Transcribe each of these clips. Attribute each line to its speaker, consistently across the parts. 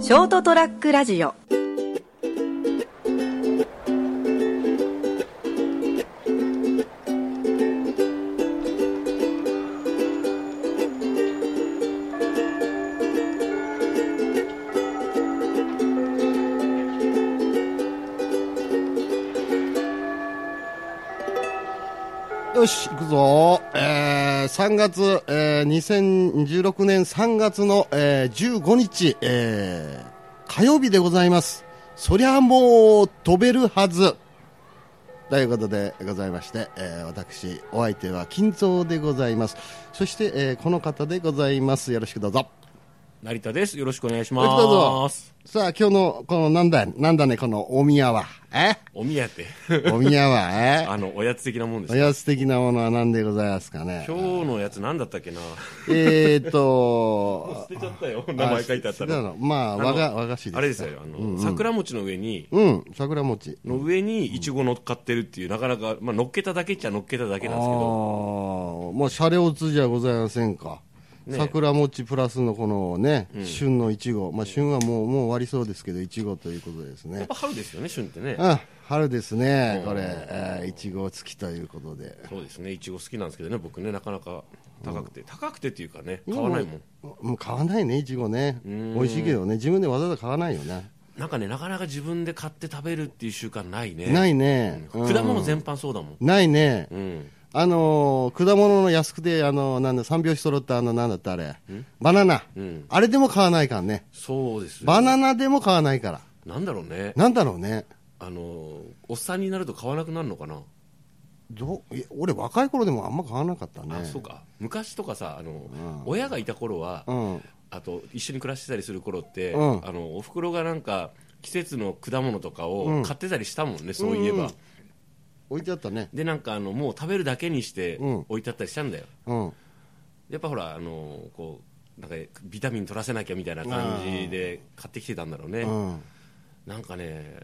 Speaker 1: ショートトラックラジオ
Speaker 2: よし、行くぞ。えー、3月、えー、2016年3月の、えー、15日、えー、火曜日でございます。そりゃもう、飛べるはず。ということでございまして、えー、私、お相手は金蔵でございます。そして、えー、この方でございます。よろしくどうぞ。
Speaker 3: 成田です。よろしくお願いし
Speaker 2: よろしくどう
Speaker 3: ま
Speaker 2: ぞ
Speaker 3: す。。
Speaker 2: さあ、今日の、この、なんだ、なんだね、この、お宮は。 え
Speaker 3: お宮 って、
Speaker 2: お宮は、え
Speaker 3: あの、おやつ的なもんです
Speaker 2: お
Speaker 3: ね。
Speaker 2: やつ的なものは何でございますかね。
Speaker 3: 今日のやつ何だったっけな
Speaker 2: えーっと
Speaker 3: 捨、てちゃったよ。名前書いてあった
Speaker 2: そうな
Speaker 3: の。
Speaker 2: のまあ、
Speaker 3: あの
Speaker 2: 和が、和菓子です。
Speaker 3: あれですよ、あの、桜餅の上に、
Speaker 2: うん、桜餅。
Speaker 3: の上にイチゴ乗っかってるっていう、なかなか、まあ、乗っけただけっちゃ乗っけただけ
Speaker 2: あ
Speaker 3: な
Speaker 2: あ
Speaker 3: んですけ
Speaker 2: ー、
Speaker 3: ど、
Speaker 2: もう、シャレオツじゃございませんか。
Speaker 3: ね
Speaker 2: 桜餅プラスのこのね、旬のいちご。まあ、旬はもう、もう終わりそうですけど、いちごということです
Speaker 3: やっ
Speaker 2: ね
Speaker 3: ぱ。春ですよね、旬ってね。
Speaker 2: うん、春ですね、これ。えーいちご付きということで。
Speaker 3: そうですね、いちご好きなんですけどね、僕ね、なかなか高くて、高くてっていうかね、買
Speaker 2: 今
Speaker 3: わないもん。。
Speaker 2: もう買わないね、いちごね。
Speaker 3: ん
Speaker 2: 美味しいけどね、自分でわざわざ買わないよね。
Speaker 3: なんかね、なかなか自分で買って食べるっていう習慣ないね。。
Speaker 2: ないいね。うん
Speaker 3: 果物全般そうだもん。
Speaker 2: ないね。
Speaker 3: うん。
Speaker 2: あのー果物の安くて、あのーなんだ、三拍子揃った、あの、なんだってあれ、バナナ、
Speaker 3: うん
Speaker 2: あれでも買わないからね。
Speaker 3: そうですよ
Speaker 2: バナナでも買わないから。
Speaker 3: なんだろうね。
Speaker 2: なんだろうね。
Speaker 3: あのおっさんになると買わなくなるのかな、
Speaker 2: どういや俺、若い頃でもあんま買わなかったね。
Speaker 3: あそうか昔とかさあの、親がいた頃は、
Speaker 2: うん。
Speaker 3: あと一緒に暮らしてたりする頃って、
Speaker 2: うん
Speaker 3: あのおふくろがなんか季節の果物とかを買ってたりしたもんね、そういえば、
Speaker 2: うんうん置いてあったね。
Speaker 3: でなんかあのもう食べるだけにして
Speaker 2: うん
Speaker 3: 置いてあったりしたんだよ、
Speaker 2: うん。
Speaker 3: やっぱほらあのこうなんかビタミン取らせなきゃみたいな感じで買ってきてたんだろうね、
Speaker 2: うん。
Speaker 3: なんかね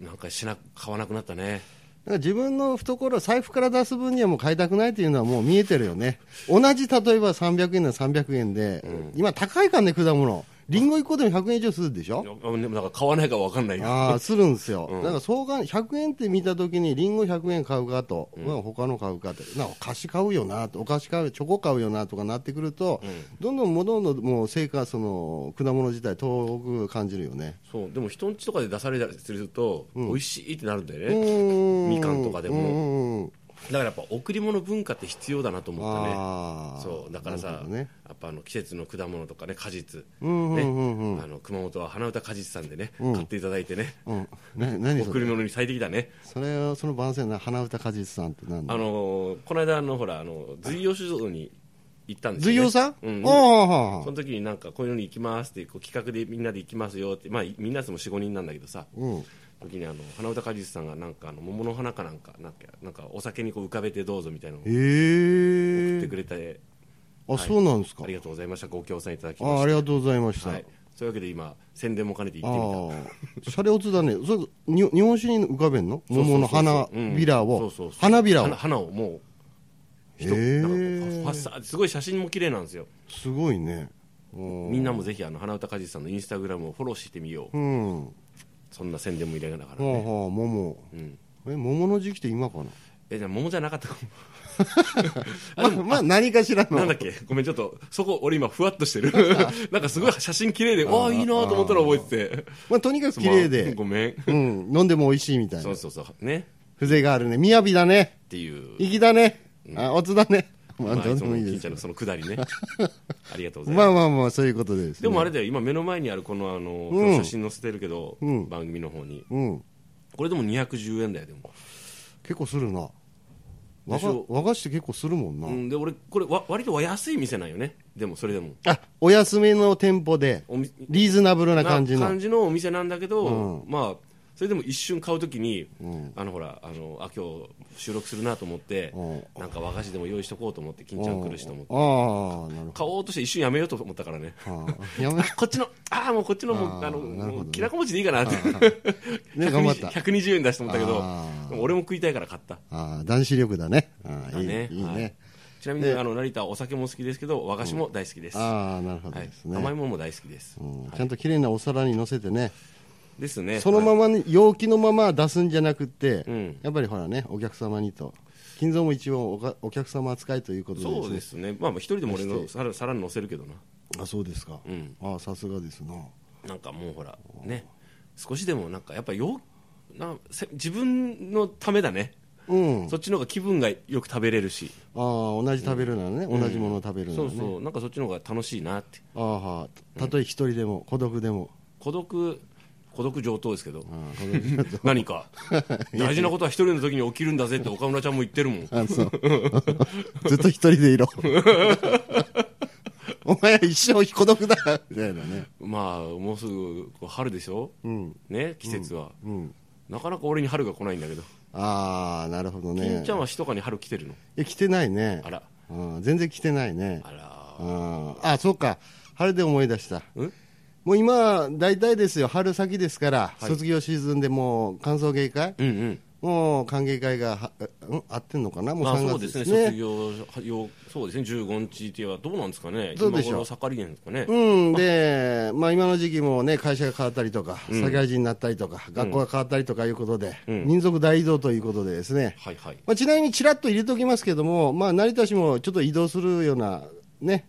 Speaker 3: なんかしな買わなくなったね
Speaker 2: だから自分の懐、財布から出す分にはもう買いたくないっていうのはもう見えてるよね。同じ、例えば300円なら300円で、今高いからね、果物。リンゴ1個でも100円以上するでしょ
Speaker 3: いやでもなんか買わないか分かんないよ
Speaker 2: ああ、するんですよ。
Speaker 3: うん
Speaker 2: なんか相関、100円って見たときに、リンゴ100円買うかと、まあ他の買うかって、なんかお菓子買うよなと、お菓子買う、チョコ買うよなとかなってくると、どんどんもうどんどんもう成果、その、果物自体遠く感じるよね。
Speaker 3: そうでも人んちとかで出されたりすると、美味しいってなるんだよね、
Speaker 2: み
Speaker 3: みかんとかでも
Speaker 2: も。
Speaker 3: だからやっぱ贈り物文化って必要だなと思ったね
Speaker 2: ああ。
Speaker 3: そうだから
Speaker 2: なる
Speaker 3: さ、
Speaker 2: ほどね。
Speaker 3: やっぱあの季節の果物とかね果実、
Speaker 2: うんうんうんうん。
Speaker 3: ねあの熊本は花歌果実さんでね、
Speaker 2: うん
Speaker 3: 買っていただいてね
Speaker 2: うん、な何そ
Speaker 3: 贈り
Speaker 2: れ
Speaker 3: 物に最適だね
Speaker 2: それをその番宣の花歌果実さんって何
Speaker 3: あ
Speaker 2: だ
Speaker 3: のーこの間あのほらあの随陽酒造に行ったんですよ、
Speaker 2: 随
Speaker 3: ね、
Speaker 2: 用さん、
Speaker 3: うん
Speaker 2: あああああ
Speaker 3: その時になんかこういうのに行きますってこう企画でみんなで行きますよって、まあ、みんなでも45人なんだけどさ、
Speaker 2: うん
Speaker 3: 時にあの花歌果実さんがなんかあの桃の花かなんかなんかなんかお酒にこう浮かべてどうぞみたいなのを
Speaker 2: え
Speaker 3: 言ってく
Speaker 2: え
Speaker 3: れて、
Speaker 2: あそうなんですか、
Speaker 3: ありがとうございましたご協賛いただきま
Speaker 2: ああ
Speaker 3: し
Speaker 2: りがとうございましたた、
Speaker 3: はい、そういうわけで今宣伝も兼ねて
Speaker 2: ああ
Speaker 3: 行ってみた
Speaker 2: ー、シャレオツ だね、それに日本酒に浮かべんの
Speaker 3: そうそう
Speaker 2: 桃の
Speaker 3: そう
Speaker 2: 花
Speaker 3: うん
Speaker 2: びら
Speaker 3: そ
Speaker 2: を
Speaker 3: うそうそう、
Speaker 2: 花びらを
Speaker 3: 花、花をもう一
Speaker 2: へー
Speaker 3: なんかこうファッサーすごい写真も綺麗なんですよ
Speaker 2: すごいね、み
Speaker 3: みんなもぜひあの花歌果実さんのインスタグラムをフォローしてみよう、
Speaker 2: うん、は
Speaker 3: そんな宣伝も入れながら
Speaker 2: あはあ
Speaker 3: ね、、
Speaker 2: 桃、
Speaker 3: うん、
Speaker 2: え桃の時期って今かな、
Speaker 3: えじゃあ桃じゃなかったかも
Speaker 2: まあ、まあ、何かしらの、
Speaker 3: なんだっけごめん、ちょっと、そこ、俺今、ふわっとし てる。なんかすごい写真綺麗で、わあ、いいなと思ったら覚えてて。
Speaker 2: まあ、とにかく綺麗
Speaker 3: まあ
Speaker 2: で、
Speaker 3: ごめん。
Speaker 2: うん、飲んでも美味しいみたい
Speaker 3: そ
Speaker 2: な
Speaker 3: う、そうそう。ね。
Speaker 2: 風情があるね、雅だね。
Speaker 3: っていう。
Speaker 2: 粋だね、あおつだね、まあ、
Speaker 3: まあ、
Speaker 2: どうで
Speaker 3: その
Speaker 2: もいい
Speaker 3: 金
Speaker 2: で
Speaker 3: ち
Speaker 2: す
Speaker 3: ゃんのそのく だりね。ありがとうござい
Speaker 2: ま
Speaker 3: ま
Speaker 2: あまあまあ、そういうことです、
Speaker 3: す。でもあれだよ、今目の前にあるこの、あの、
Speaker 2: うん
Speaker 3: 写真載せてるけど、
Speaker 2: うん
Speaker 3: 番組の方に。
Speaker 2: うん、
Speaker 3: これでも210円だよ、でも。
Speaker 2: 結構するな、和
Speaker 3: でし
Speaker 2: 菓
Speaker 3: ょ
Speaker 2: 和菓子って結構するもんな、
Speaker 3: うん、で、俺、これ、わ割と安い店なんよね。でも、それでも。
Speaker 2: あお休みの店舗で、
Speaker 3: おみ
Speaker 2: リーズナブルな感じ
Speaker 3: な
Speaker 2: の
Speaker 3: 感、じのお店なんだけど、
Speaker 2: う
Speaker 3: まあそれでも一瞬買うときに、あのほらあのあ今日収録するなと思って、
Speaker 2: う
Speaker 3: なんか和菓子でも用意しとこうと思って金ちゃん来るしと思って、
Speaker 2: ああ、なる
Speaker 3: 買おうとして一瞬やめようと思ったからね。
Speaker 2: ほど、あーやめ
Speaker 3: あ こっちのああもうこっちのもう
Speaker 2: あーな
Speaker 3: あの
Speaker 2: るほどね
Speaker 3: もうきなこ餅でいいかなって、
Speaker 2: ね頑張った
Speaker 3: 120円出して思ったけど
Speaker 2: あー
Speaker 3: でも俺も食いたいから買った
Speaker 2: あー男子力だね、あー
Speaker 3: だね
Speaker 2: いいいいね、
Speaker 3: はいちなみに
Speaker 2: で
Speaker 3: あの成田はお酒も好きですけど和菓子も大好きです、は
Speaker 2: ああなるほど
Speaker 3: い
Speaker 2: ですね、
Speaker 3: 甘いものも大好きです、
Speaker 2: うんちゃんと綺麗なお皿に乗せてね、
Speaker 3: ですね
Speaker 2: そのままに容器のまま出すんじゃなくって、
Speaker 3: うん
Speaker 2: やっぱりほらねお客様にと金蔵も一応おかお客様扱いということで
Speaker 3: そうですねまあまあ一人でも俺
Speaker 2: そ
Speaker 3: の
Speaker 2: して
Speaker 3: 皿皿に乗せるけどな
Speaker 2: あそうですか、
Speaker 3: うん
Speaker 2: あさすがですな
Speaker 3: なんかもうほらね少しでもなんかやっぱよなせ自分のためだね、
Speaker 2: うん
Speaker 3: そっちの方が気分がよく食べれるし、
Speaker 2: あー同じ食べるならね、同じものを食べるな
Speaker 3: そ
Speaker 2: ら
Speaker 3: う
Speaker 2: ね、
Speaker 3: そうなんかそっちの方が楽しいなって
Speaker 2: ああはあたとえ一人でも孤独でも、
Speaker 3: 孤独孤独上等ですけど
Speaker 2: あー孤独
Speaker 3: 何か大事なことは一人の時に起きるんだぜって岡村ちゃんも言ってるもん
Speaker 2: あそうずっと一人でいろ お前は一生孤独だみたいなね
Speaker 3: まあもうすぐこう春でしょ、
Speaker 2: うん
Speaker 3: ね季節は、
Speaker 2: うん
Speaker 3: なかなか俺に春が来ないんだけど、
Speaker 2: ああなるほどね
Speaker 3: 金ちゃんはひそかに春来てるの
Speaker 2: え来てないね
Speaker 3: あら
Speaker 2: うん、全然来てないね
Speaker 3: あら
Speaker 2: ああそうか春で思い出した
Speaker 3: うん
Speaker 2: もう今大体ですよ春先ですから、卒業シーズンでもう歓送迎会、
Speaker 3: うんうん
Speaker 2: もう歓迎会がは、うん、合ってんのかなもう
Speaker 3: まあ、そ
Speaker 2: 3
Speaker 3: うで
Speaker 2: 月
Speaker 3: すね、
Speaker 2: ですね
Speaker 3: 卒業用、そうですね、15日っていうのはどうなんですかね、
Speaker 2: どうでしょう
Speaker 3: 今頃盛りなんですかね、
Speaker 2: うん、で、まあ、今の時期もね、会社が変わったりとか、社会人になったりとか、学校が変わったりとかいうことで、
Speaker 3: うん
Speaker 2: 民族大移動ということでですね、
Speaker 3: はいはい、
Speaker 2: まあ、ちなみにちらっと入れておきますけども、まあ、成田市もちょっと移動するような、ね、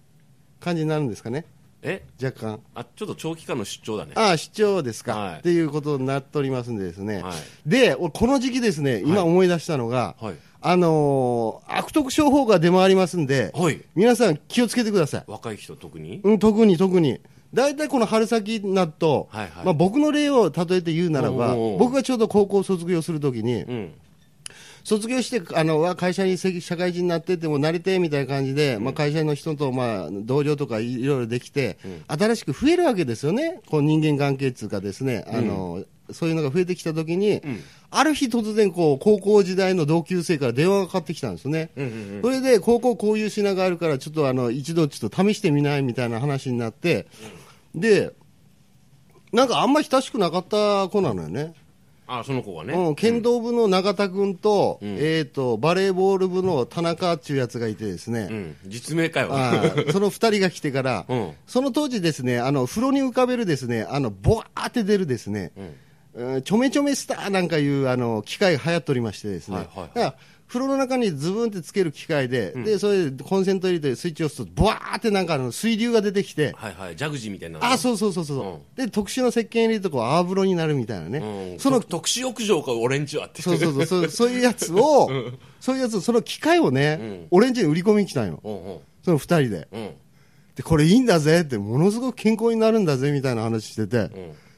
Speaker 2: 感じになるんですかね、
Speaker 3: え
Speaker 2: 若干。
Speaker 3: あちょっと長期間の出張だね、
Speaker 2: ああ、市長ですか、
Speaker 3: はい
Speaker 2: っていうことになっておりますんでですね。
Speaker 3: はい
Speaker 2: で、俺この時期ですね、今思い出したのが、
Speaker 3: はい、
Speaker 2: あのー悪徳商法が出回りますんで、
Speaker 3: はい、
Speaker 2: 皆さん気をつけてください。
Speaker 3: 若い人、特に、
Speaker 2: うん、特に特に。大体この春先になると、
Speaker 3: はいはい
Speaker 2: まあ、僕の例を例えて言うならば
Speaker 3: おうおうおう、
Speaker 2: 僕がちょうど高校を卒業するときに、
Speaker 3: うん、
Speaker 2: 卒業してあのわ会社にせ社会人になってても慣れてみたいな感じで、まあ、会社の人と、まあ、同僚とかいいろいろできて、新しく増えるわけですよね、こう人間関係っていうかですね、あのそういうのが増えてきたときに、ある日突然こう、高校時代の同級生から電話がかかってきたんですよね、それで高校こういう品があるから、ちょっとあの一度ちょっと試してみないみたいな話になって、で、なんかあんまり親しくなかった子なのよね。
Speaker 3: あその子がね、
Speaker 2: うん、剣道部の永田君と,、
Speaker 3: ん
Speaker 2: えー、とバレーボール部の田中っていうやつがいてですね、
Speaker 3: うん、実名かよ、
Speaker 2: あーその二人が来てから、
Speaker 3: うん
Speaker 2: その当時ですねあの風呂に浮かべるですねあのボワーって出るですね、うんちょめちょめスターなんかいうあの機械が流行っておりましてですね、
Speaker 3: はいはいはい
Speaker 2: だから風呂の中にズブンってつける機械で、でそれでコンセント入れてスイッチを押すとボワーってなんかあの水流が出てきて、
Speaker 3: はいはい、ジャグジーみたいなの、
Speaker 2: あそうそうそうそう、で特殊な石鹸入れるとこう泡風呂になるみたいなね、
Speaker 3: うん、
Speaker 2: そ
Speaker 3: そ
Speaker 2: の
Speaker 3: の特殊浴場か、俺んちはって、
Speaker 2: そうそうそう そう、そういうやつを、そういうやつ、その機械をね、俺んちに売り込みに来たんよ。
Speaker 3: うんうん
Speaker 2: その二人で。
Speaker 3: うん、
Speaker 2: で、これいいんだぜって、ものすごく健康になるんだぜみたいな話してて、
Speaker 3: ん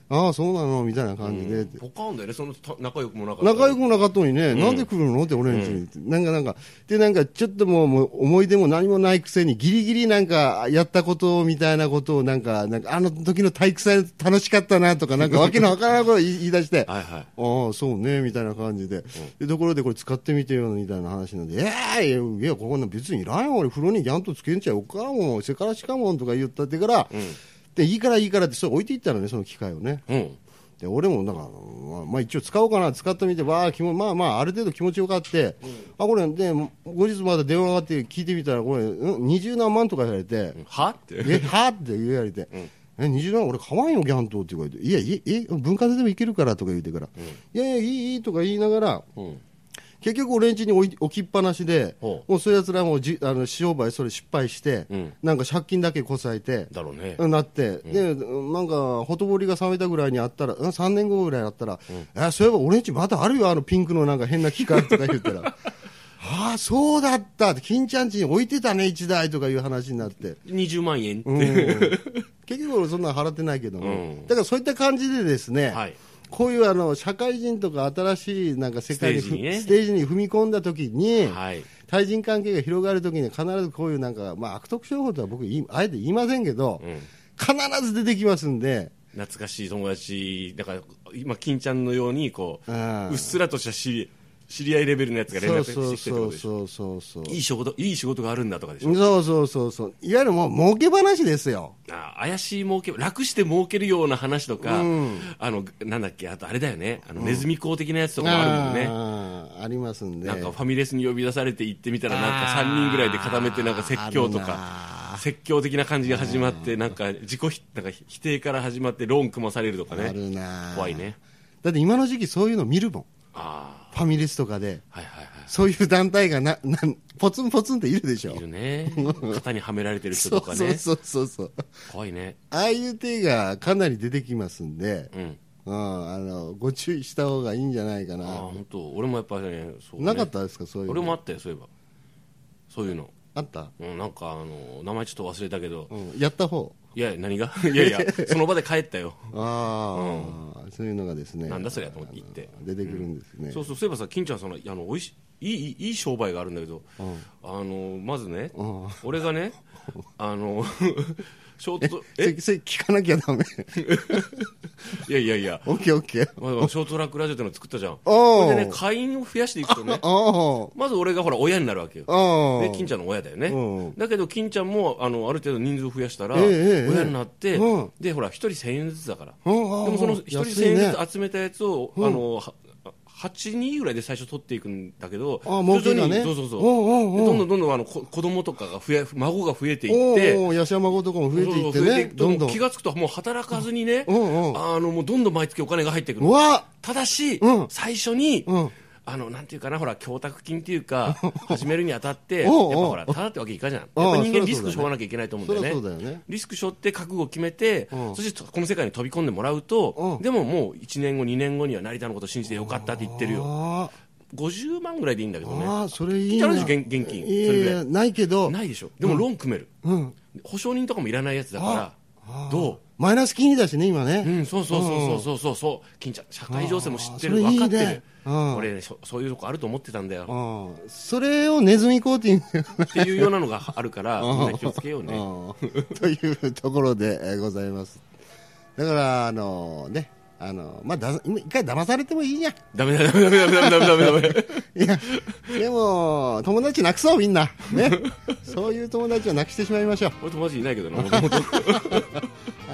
Speaker 2: ああ、そうなのみたいな感じで。って
Speaker 3: ポカーンだよね、そのた仲良くもなかった、
Speaker 2: 仲良くもなかったのにね、なんで来るのって俺んちに、なんかなんか、で、なんかちょっともうもう思い出も何もないくせに、ギリギリなんかやったことみたいなことを、なんか、なんかあの時の体育祭楽しかったなとか、なんかわけのわからないことを言い言い出して、
Speaker 3: はいはい、
Speaker 2: ああ、そうね、みたいな感じで。で、ところでこれ使ってみてよ、みたいな話なんで、ええいや、いやここな別にいらんよ、俺風呂にギャンとつけんちゃおっかんもん、せからしかもんとか言ったってから、で、いいからいいからって、それ置いていったのね、その機械をね。
Speaker 3: うん、
Speaker 2: で、俺も、なんか、まあ、まあ一応使おうかな、使ってみて、わあ、気も、まあまあ、ある程度気持ちよかって、あ、これ、で、後日また電話があって聞いてみたら、これ、うん二十何万とか言われて、
Speaker 3: はって、
Speaker 2: え、はって言われて、え、20万俺買わんよ、ギャントって言われて、いや、いえ、文化祭でも行けるからとか言ってから、いやいや、いい、いいとか言いながら、
Speaker 3: うん、
Speaker 2: 結局俺ん家に置い置きっぱなしで、
Speaker 3: ほ
Speaker 2: もうそういうやつらもじあの商売それ失敗して、
Speaker 3: うん
Speaker 2: なんか借金だけこさえて、
Speaker 3: だろうね、
Speaker 2: なって、でなんかほとぼりが冷めたぐらいにあったら、うん、3年後ぐらいあったら、あそういえば俺んちまだあるよ、あのピンクのなんか変な機械とか言ったら、ああ、そうだったって、金ちゃん家に置いてたね、1台とかいう話になって。
Speaker 3: 20万円って、
Speaker 2: うん結局俺そんなの払ってないけども、
Speaker 3: うん
Speaker 2: だからそういった感じでですね、
Speaker 3: はい
Speaker 2: こういうあの社会人とか新しいなんか世界に
Speaker 3: ステージにね
Speaker 2: ふステージに踏み込んだ時に、
Speaker 3: はい、
Speaker 2: 対人関係が広がる時には必ずこういうなんか、まあ、悪徳商法とは僕言いあえて言いませんけど、
Speaker 3: うん。
Speaker 2: 必ず出てきますんで、
Speaker 3: 懐かしい友達だから今金ちゃんのようにこう、
Speaker 2: う
Speaker 3: うんっすらとした知り知り合いレベルのやつが連
Speaker 2: そう
Speaker 3: 絡して
Speaker 2: そう
Speaker 3: きて
Speaker 2: そ
Speaker 3: ってこと
Speaker 2: う
Speaker 3: でしょ
Speaker 2: そうそうそう
Speaker 3: いい仕事いい仕事があるんだとかでしょ、
Speaker 2: そうそうそうそういわゆるもう儲け話ですよ
Speaker 3: あ怪しい儲け楽して儲けるような話とか、
Speaker 2: うん
Speaker 3: あのなんだっけあとあれだよねあのネズミ講的なやつとかもあるもんね、
Speaker 2: あーありますんで
Speaker 3: なんかファミレスに呼び出されて行ってみたらなんか3人ぐらいで固めてなんか説教と
Speaker 2: あ
Speaker 3: か説教的な感じが始まってなんか自己ひなんか否定から始まって論組まされるとか
Speaker 2: ある
Speaker 3: ね
Speaker 2: な
Speaker 3: 怖いね
Speaker 2: だって今の時期そういうの見るもん
Speaker 3: あ
Speaker 2: ファミレスとかで
Speaker 3: あはいはいは
Speaker 2: そういう団体がななんポツンポツンっているでしょ
Speaker 3: いいる ね肩にはめられてる
Speaker 2: そ
Speaker 3: 人と
Speaker 2: う
Speaker 3: かね
Speaker 2: そうそうそうそう
Speaker 3: 怖いね
Speaker 2: ああいう手がかなり出てきますんで、
Speaker 3: うん
Speaker 2: うん、あのご注意した方がいいんじゃないか
Speaker 3: ああ
Speaker 2: な、
Speaker 3: 本当俺もやっぱねそうね
Speaker 2: なかったですかそういうの
Speaker 3: 俺もあったよそういえばそういうの
Speaker 2: あった、
Speaker 3: うんなんかあの名前ちょっと忘れたけど
Speaker 2: うん、やった方
Speaker 3: いやいや何が いやいやその場で帰ったよ
Speaker 2: ああ、そういうのがですね
Speaker 3: なんだそりゃと思って行って
Speaker 2: 出てくるんですね、
Speaker 3: そうそうそういえばさ金ちゃんそのあのおいしいいいいいい商売があるんだけど、あのまずね、俺 がねあの ショート
Speaker 2: えそれ聞かなきゃダメ
Speaker 3: いやいやいや、
Speaker 2: オッケーオッケー
Speaker 3: まあまあショートトラックラジオっていうのを作ったじゃん
Speaker 2: おー
Speaker 3: それでね会員を増やしていくとね
Speaker 2: あ
Speaker 3: まず俺がほら親になるわけよ
Speaker 2: あああ
Speaker 3: で金ちゃんの親だよね、
Speaker 2: うん
Speaker 3: だけど金ちゃんもあのある程度人数を増やしたら、
Speaker 2: ええええ
Speaker 3: 親になって、
Speaker 2: うん
Speaker 3: でほら1人1000円ずつだから、
Speaker 2: うん
Speaker 3: でもその1人
Speaker 2: 安い
Speaker 3: 1000円
Speaker 2: ね
Speaker 3: ずつ集めたやつを、あのは8人ぐらいで最初取っていくんだけど
Speaker 2: あ儲けがね
Speaker 3: そうそうそう
Speaker 2: おうおうおう
Speaker 3: でどんどんどんどんあのこ子供とかが増え孫が増えてい
Speaker 2: お
Speaker 3: って
Speaker 2: ーおー、安山ごとかも増えていって
Speaker 3: そうそう増え
Speaker 2: ね、
Speaker 3: いくと
Speaker 2: どんどん
Speaker 3: もう気。がつくともう働かずにね、
Speaker 2: うんうん
Speaker 3: あのもうどんどん毎月お金が入ってくる
Speaker 2: うわ
Speaker 3: ただし、
Speaker 2: うん
Speaker 3: 最初に、
Speaker 2: うん
Speaker 3: あのなんていうかなほら供託金っていうか始めるにあたってやっぱ
Speaker 2: おうおう
Speaker 3: ほらただってわけいかんじゃんやっ
Speaker 2: ああ
Speaker 3: ぱ人
Speaker 2: そ
Speaker 3: 間
Speaker 2: り
Speaker 3: リ
Speaker 2: ゃそ
Speaker 3: ス
Speaker 2: うだよね
Speaker 3: クしょうがなきゃいけないと思うんだよ
Speaker 2: そ
Speaker 3: ね
Speaker 2: りゃそうだよね
Speaker 3: リスクしょって覚悟を決めて、
Speaker 2: うん
Speaker 3: そしてこの世界に飛び込んでもらうと、
Speaker 2: うん
Speaker 3: でももう1年後2年後には成田のことを信じてよかったって言ってるよ
Speaker 2: あ
Speaker 3: 50万ぐらいでいいんだけど
Speaker 2: ー
Speaker 3: ね
Speaker 2: あー、それい
Speaker 3: 聞
Speaker 2: い
Speaker 3: いた
Speaker 2: な。
Speaker 3: ら現現金そ
Speaker 2: いや
Speaker 3: れ
Speaker 2: い
Speaker 3: ぐら
Speaker 2: や、
Speaker 3: い
Speaker 2: ないけど、
Speaker 3: ないでしょでもローン組める、
Speaker 2: うん。
Speaker 3: 保証人とかもいらないやつだからど
Speaker 2: マイナス金利だしね、今
Speaker 3: うう
Speaker 2: ね。
Speaker 3: ん、そうそうそうそうそうそうそう金ちゃん社会情勢も知ってる
Speaker 2: あー
Speaker 3: 分かって
Speaker 2: それいいね
Speaker 3: る
Speaker 2: うん
Speaker 3: 俺ねそそういうとこあると思ってたんだよ
Speaker 2: あーそれをネズミコーティング。
Speaker 3: っていうようなのが あるから、みんな気をつけようね。
Speaker 2: あーというところでえーございます。だから、あのね、あのまあ、だ一回騙されてもいいじゃん。
Speaker 3: ダメだ、ダメだ、ダメだ、ダメだ、ダメだ、 ダメだ。
Speaker 2: いや、でも、友達なくそう、みんな。 ね。そういう友達をなくしてしまいましょう。
Speaker 3: 俺友達いないけ どな、もともと。は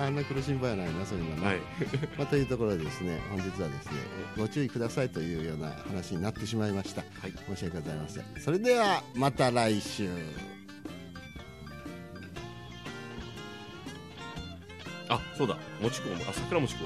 Speaker 2: あんな苦しんばやないな、そういうのはね。
Speaker 3: い。
Speaker 2: まあ、というところでですね本日はですねご注意くださいというような話になってしまいました、
Speaker 3: はい
Speaker 2: 申し訳ございませんそれではまた来週
Speaker 3: あ、そうだ、もちこ、あ、桜もちこ。